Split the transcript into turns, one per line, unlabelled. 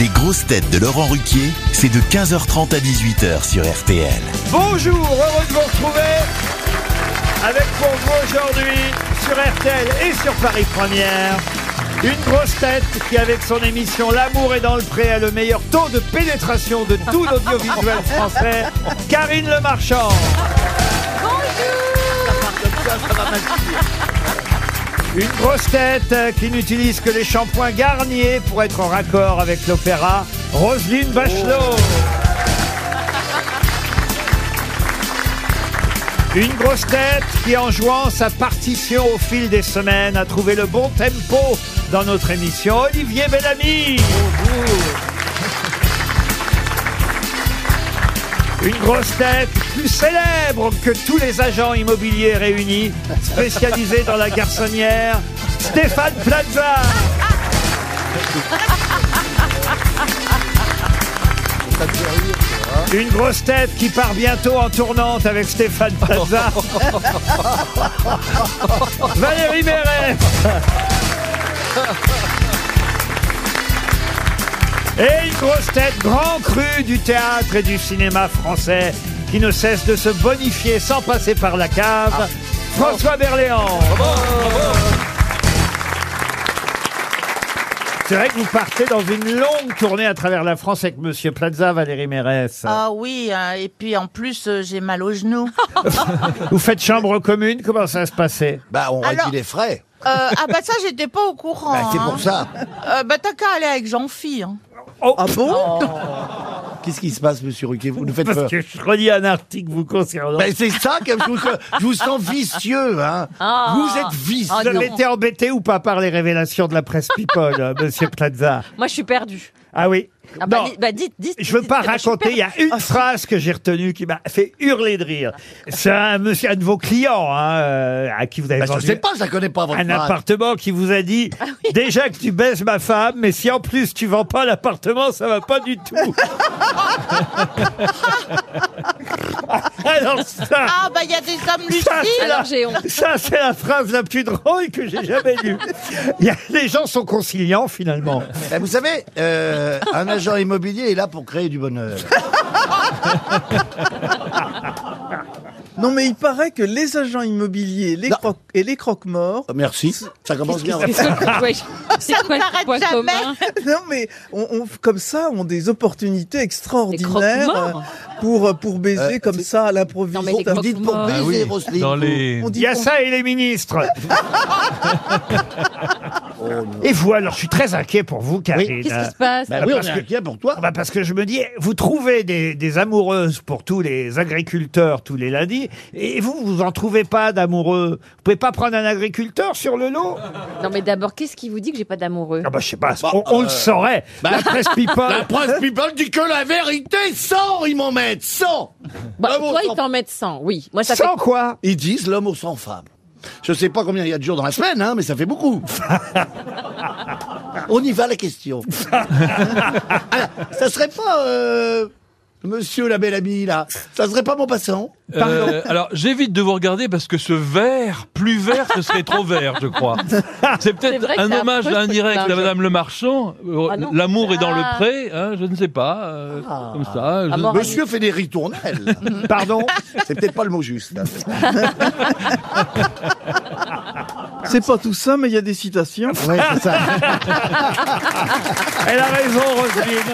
Les grosses têtes de Laurent Ruquier, c'est de 15h30 à 18h sur RTL.
Bonjour, heureux de vous retrouver avec pour vous aujourd'hui sur RTL et sur Paris Première. Une grosse tête qui, avec son émission L'amour est dans le pré, a le meilleur taux de pénétration de tout l'audiovisuel français, Karine Le Marchand. Une grosse tête euh, qui n'utilise que les shampoings Garnier pour être en raccord avec l'opéra, Roselyne Bachelot. Une grosse tête qui, en jouant sa partition au fil des semaines, a trouvé le bon tempo dans notre émission, Olivier Bellamy. Une grosse tête plus célèbre que tous les agents immobiliers réunis, spécialisée dans la garçonnière, Stéphane Plaza. Une grosse tête qui part bientôt en tournante avec Stéphane Plaza. Valérie Mérès. Et une grosse tête grand cru du théâtre et du cinéma français qui ne cesse de se bonifier sans passer par la cave, François Berléand. C'est vrai que vous partez dans une longue tournée à travers la France avec Monsieur Plaza, Valérie Mérès.
Ah oui, hein, et puis en plus, euh, j'ai mal aux genoux.
Vous faites chambre commune, comment ça va se passer
Bah, on
Alors-
réduit les frais.
Euh, ah bah ça, j'étais pas au courant.
Bah, c'est
hein.
pour ça.
Euh, bah t'as qu'à aller avec Jean-Phi. hein.
Oh,
Qu'est-ce qui se passe, monsieur Ruquier Ah Vous nous faites
parce
peur.
que je relis un article vous concernant.
Ben, c'est ça que je vous, je vous sens vicieux, hein. Vous êtes vicieux.
Vous avez été embêté ou pas par les révélations de la presse People, euh, Monsieur Plaza
Moi, je suis perdue.
Ah oui.
Ah bah,
Non.
di- bah, dites, dites.
Je veux
dites,
pas
bah, je suis
raconter, il y a une phrase que j'ai retenue qui m'a fait hurler de rire. C'est un monsieur, un de vos clients, hein, euh, à qui vous avez
Ben, je
vendu
sais pas, je la connais pas, votre
un
phrase.
appartement qui vous a dit déjà que tu baises ma femme, mais si en plus tu vends pas l'appartement, ça va pas du tout. Alors ça,
Ah bah il y a des hommes
ça, c'est
lucides.
la-
Alors, j'ai honte.
ça, c'est la phrase la plus drôle que j'ai jamais lue. Il y a- les gens sont conciliants finalement.
Ben, vous savez, euh, un agent immobilier est là pour créer du bonheur.
Non, mais il paraît que les agents immobiliers les
Non.
croque- et les croque-morts.
Merci. Ça commence bien.
perdue. Qu'est-ce que- ouais, je- C'est quoi
m'arrête
le point
jamais.
commun
Non, mais on, on- comme ça, ont des opportités
Les
extraordinaires
croque-morts.
euh, pour, euh, pour baiser
Euh,
comme ça à l'improviste.
Non, mais les
Vous dites pour
Ah
baiser,
oui.
Roselyne.
Dans les...
On dit
Il y a
qu'on-
ça et les ministres.
Oh, non.
Et vous, alors, je suis très inquiet pour vous, Karine.
Qu'est-ce qui se passe
Ben oui, on
Parce
est
que-
inquiet pour toi.
Ah bah parce que je me dis, vous trouvez des, des amoureuses pour tous les agriculteurs tous les lundis, et vous, vous en trouvez pas d'amoureux. Vous pouvez pas prendre un agriculteur sur le lot
Non, mais d'abord, qu'est-ce qui vous dit que j'ai pas d'amoureux
Ah bah je sais pas, on, on le saurait. la presse people.
presse people dit que la vérité, 100, ils m'en mettent, 100
Bah,
Ah bon,
Toi,
sans-
ils t'en mettent 100, oui. Moi, ça fait.
Sans quoi
Ils disent l'homme aux 100 femmes. Je sais pas combien il y a de jours dans la semaine, hein, mais ça fait beaucoup. On y va à la question. Alors, ça serait pas euh, Monsieur la belle amie là, ça serait pas mon passant.
Euh, alors, j'évite de vous regarder parce que ce vert, plus vert, ce serait trop vert, je crois. C'est
C'est
peut-être
vrai que
un
c'est
hommage
affreux, ce
indirect
truc.
à Madame Le Marchand. Euh,
Ah non.
L'amour est dans le
Ah.
pré, hein, je ne sais pas. euh, Comme ça.
Ah,
je-
mort.
Monsieur fait des ritournelles.
Pardon
C'est peut-être pas le mot juste. hein.
C'est pas tout ça, mais il y a des citations.
Ouais, c'est ça.
Elle a raison, Roselyne.